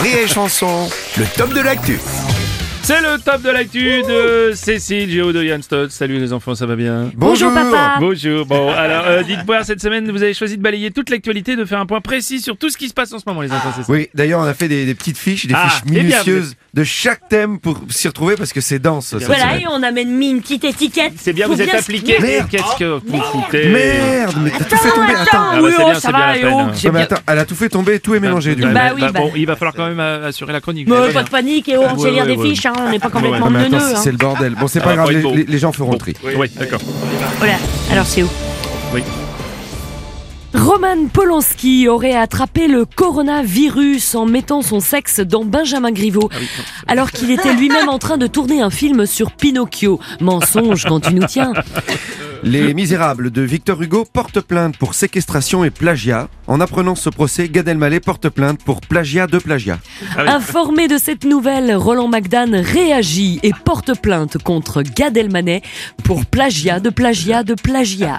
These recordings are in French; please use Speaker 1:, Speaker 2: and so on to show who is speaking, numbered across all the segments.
Speaker 1: Rire et chanson, le top de l'actu.
Speaker 2: C'est le top de l'actu de Cécile Géo de Yann Stott. Salut les enfants, ça va bien
Speaker 3: Bonjour, papa.
Speaker 2: Bonjour. Bon, alors euh, dites-moi, cette semaine, vous avez choisi de balayer toute l'actualité, de faire un point précis sur tout ce qui se passe en ce moment, les enfants. c'est ça
Speaker 1: Oui, d'ailleurs, on a fait des, des petites fiches, des
Speaker 2: Ah,
Speaker 1: fiches
Speaker 2: eh bien,
Speaker 1: minutieuses de chaque thème pour s'y retrouver parce que c'est dense. cette
Speaker 3: Eh Voilà,
Speaker 1: semaine.
Speaker 3: et on amène mis une petite étiquette.
Speaker 2: C'est bien,
Speaker 3: pour
Speaker 2: vous êtes
Speaker 3: se
Speaker 2: appliqué.
Speaker 3: souvenir.
Speaker 1: Merde.
Speaker 2: Qu'est-ce que vous foutez
Speaker 1: Merde, mais t'as tout fait tomber.
Speaker 3: Attends,
Speaker 1: Attends,
Speaker 2: Ah bah,
Speaker 3: oui,
Speaker 2: c'est
Speaker 3: oh,
Speaker 2: bien, c'est
Speaker 3: ça
Speaker 2: bien
Speaker 3: va,
Speaker 2: la
Speaker 3: et
Speaker 2: peine,
Speaker 3: oh,
Speaker 2: hein.
Speaker 3: que j'ai
Speaker 1: Non, mais
Speaker 3: bien...
Speaker 1: attends, elle a tout fait tomber, tout est mélangé du coup.
Speaker 3: Bah oui, bah.
Speaker 2: Bon, il va falloir quand même euh, assurer la chronique.
Speaker 3: Mais
Speaker 2: mais
Speaker 3: pas
Speaker 2: voilà.
Speaker 3: de panique, et oh, on sait
Speaker 2: Ouais,
Speaker 3: lire
Speaker 2: ouais,
Speaker 3: des
Speaker 2: ouais.
Speaker 3: fiches, hein, on n'est pas complètement hein.
Speaker 1: Non, mais attends,
Speaker 3: neuneux.
Speaker 1: c'est le bordel. Bon, c'est
Speaker 2: Ah,
Speaker 1: pas grave,
Speaker 2: faut être
Speaker 1: les,
Speaker 2: beau.
Speaker 1: les- les gens feront le tri.
Speaker 2: Oui, oui, d'accord.
Speaker 3: Voilà, alors c'est où
Speaker 4: Roman Polanski aurait attrapé le coronavirus en mettant son sexe dans Benjamin
Speaker 2: Ah
Speaker 4: Griveaux, alors qu'il était lui-même en train de tourner un film sur Pinocchio. Mensonge quand tu nous tiens.
Speaker 1: Les Misérables de Victor Hugo portent plainte pour séquestration et plagiat. En apprenant ce procès, Gad Elmaleh porte plainte pour plagiat de plagiat.
Speaker 2: Ah oui.
Speaker 4: Informé de cette nouvelle, Roland McDan réagit et porte plainte contre Gad Elmaleh pour plagiat de plagiat de plagiat.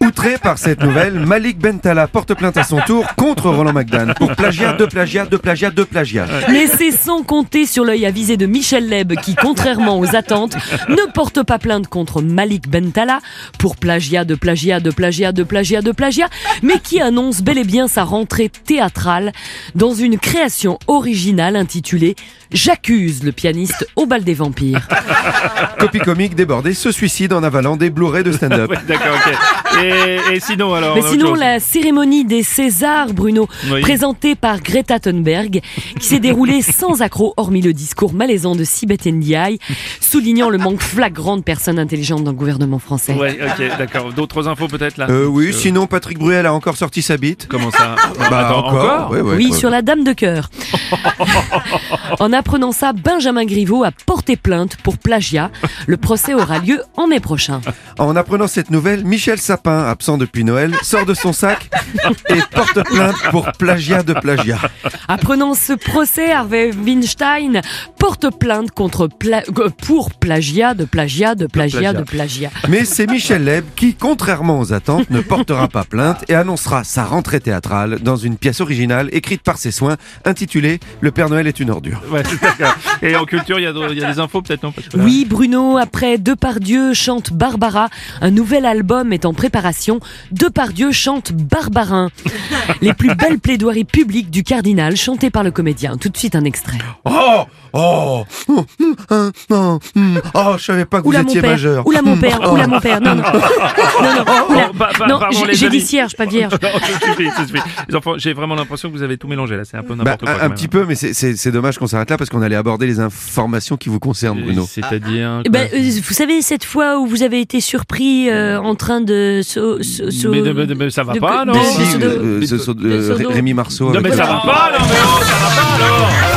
Speaker 1: Outré par cette nouvelle, Malik Bentala porte plainte à son tour contre Roland McDan pour plagiat de plagiat de plagiat de plagiat.
Speaker 4: Mais c'est sans compter sur l'œil avisé de Michel Leb qui, contrairement aux attentes, ne porte pas plainte contre Malik Bentala pour plagiat de plagiat de plagiat de plagiat de plagiat, mais qui annonce bel et bien sa rentrée théâtrale dans une création originale intitulée J'accuse le pianiste au bal des vampires.
Speaker 2: Ah,
Speaker 1: Copie comique débordée se suicide en avalant des Blu-ray de stand-up.
Speaker 2: Ouais, D'accord, ok. Et, et sinon, alors.
Speaker 4: Mais
Speaker 2: on a autre
Speaker 4: sinon,
Speaker 2: chose.
Speaker 4: la cérémonie des Césars, Bruno,
Speaker 2: Oui.
Speaker 4: présentée par Greta Thunberg, qui s'est déroulée sans accroc, hormis le discours malaisant de Sibeth Ndiaye, soulignant le manque flagrant de personnes intelligentes dans le gouvernement français.
Speaker 2: Ouais, ok, d'accord. D'autres infos peut-être là
Speaker 1: Euh, oui, sinon Patrick Bruel a encore sorti sa bite.
Speaker 2: Comment ça
Speaker 1: Bah
Speaker 2: Attends, encore
Speaker 1: ouais, ouais,
Speaker 4: Oui,
Speaker 1: quoi.
Speaker 4: sur la dame de cœur. en apprenant ça, Benjamin Griveaux a porté plainte pour plagiat. Le procès aura lieu en mai prochain.
Speaker 1: En apprenant cette nouvelle, Michel Sapin, absent depuis Noël, sort de son sac et porte plainte pour plagiat de plagiat.
Speaker 4: Apprenant ce procès, Harvey Weinstein porte plainte contre pla- euh, pour plagiat de plagiat de plagiat de plagiat.
Speaker 1: Mais c'est Michel Leb qui, contrairement aux attentes, ne portera pas plainte et annoncera sa rentrée théâtrale dans une pièce originale écrite par ses soins intitulée Le Père Noël est une ordure.
Speaker 2: Ouais, d'accord. Et en culture, il y, a de- il y a des infos peut-être, non Parce que là-
Speaker 4: Oui, Bruno, après Depardieu chante Barbara, un nouvel album est en préparation. Depardieu chante Barbarin. Les plus belles plaidoiries publiques du cardinal chantées par le comédien. Tout de suite un extrait.
Speaker 1: Oh Oh Oh, hum, hum, hum, hum. Oh, je savais pas que
Speaker 4: Oula
Speaker 1: vous
Speaker 4: mon
Speaker 1: étiez
Speaker 4: père,
Speaker 1: majeur.
Speaker 4: oula mon père, oula mon père. Non, non, non, non, oula.
Speaker 2: Oh, bah, bah,
Speaker 4: Non,
Speaker 2: pardon,
Speaker 4: j'ai-
Speaker 2: les
Speaker 4: j'ai dit
Speaker 2: amis.
Speaker 4: cierge, pas vierge.
Speaker 2: Non, ça suffit, ça suffit. Les enfants, j'ai vraiment l'impression que vous avez tout mélangé là, c'est un peu
Speaker 1: Bah,
Speaker 2: n'importe
Speaker 1: un,
Speaker 2: quoi.
Speaker 1: un petit peu, mais c'est- c'est c'est dommage qu'on s'arrête là parce qu'on allait aborder les informations qui vous concernent, hein, Bruno.
Speaker 2: C'est-à-dire.
Speaker 4: Eh Ben, euh, vous savez, cette fois où vous avez été surpris euh, en train de... so- so- so-
Speaker 2: mais, mais- mais- mais ça va
Speaker 4: de-
Speaker 2: pas,
Speaker 4: de-
Speaker 2: non
Speaker 1: Mais si,
Speaker 4: de-
Speaker 1: euh, euh, ce sont, euh,
Speaker 4: de-
Speaker 1: Ré- Rémi Marceau.
Speaker 2: Non,
Speaker 1: avec
Speaker 2: mais
Speaker 1: le-
Speaker 2: ça va pas, non, mais non, ça va pas, alors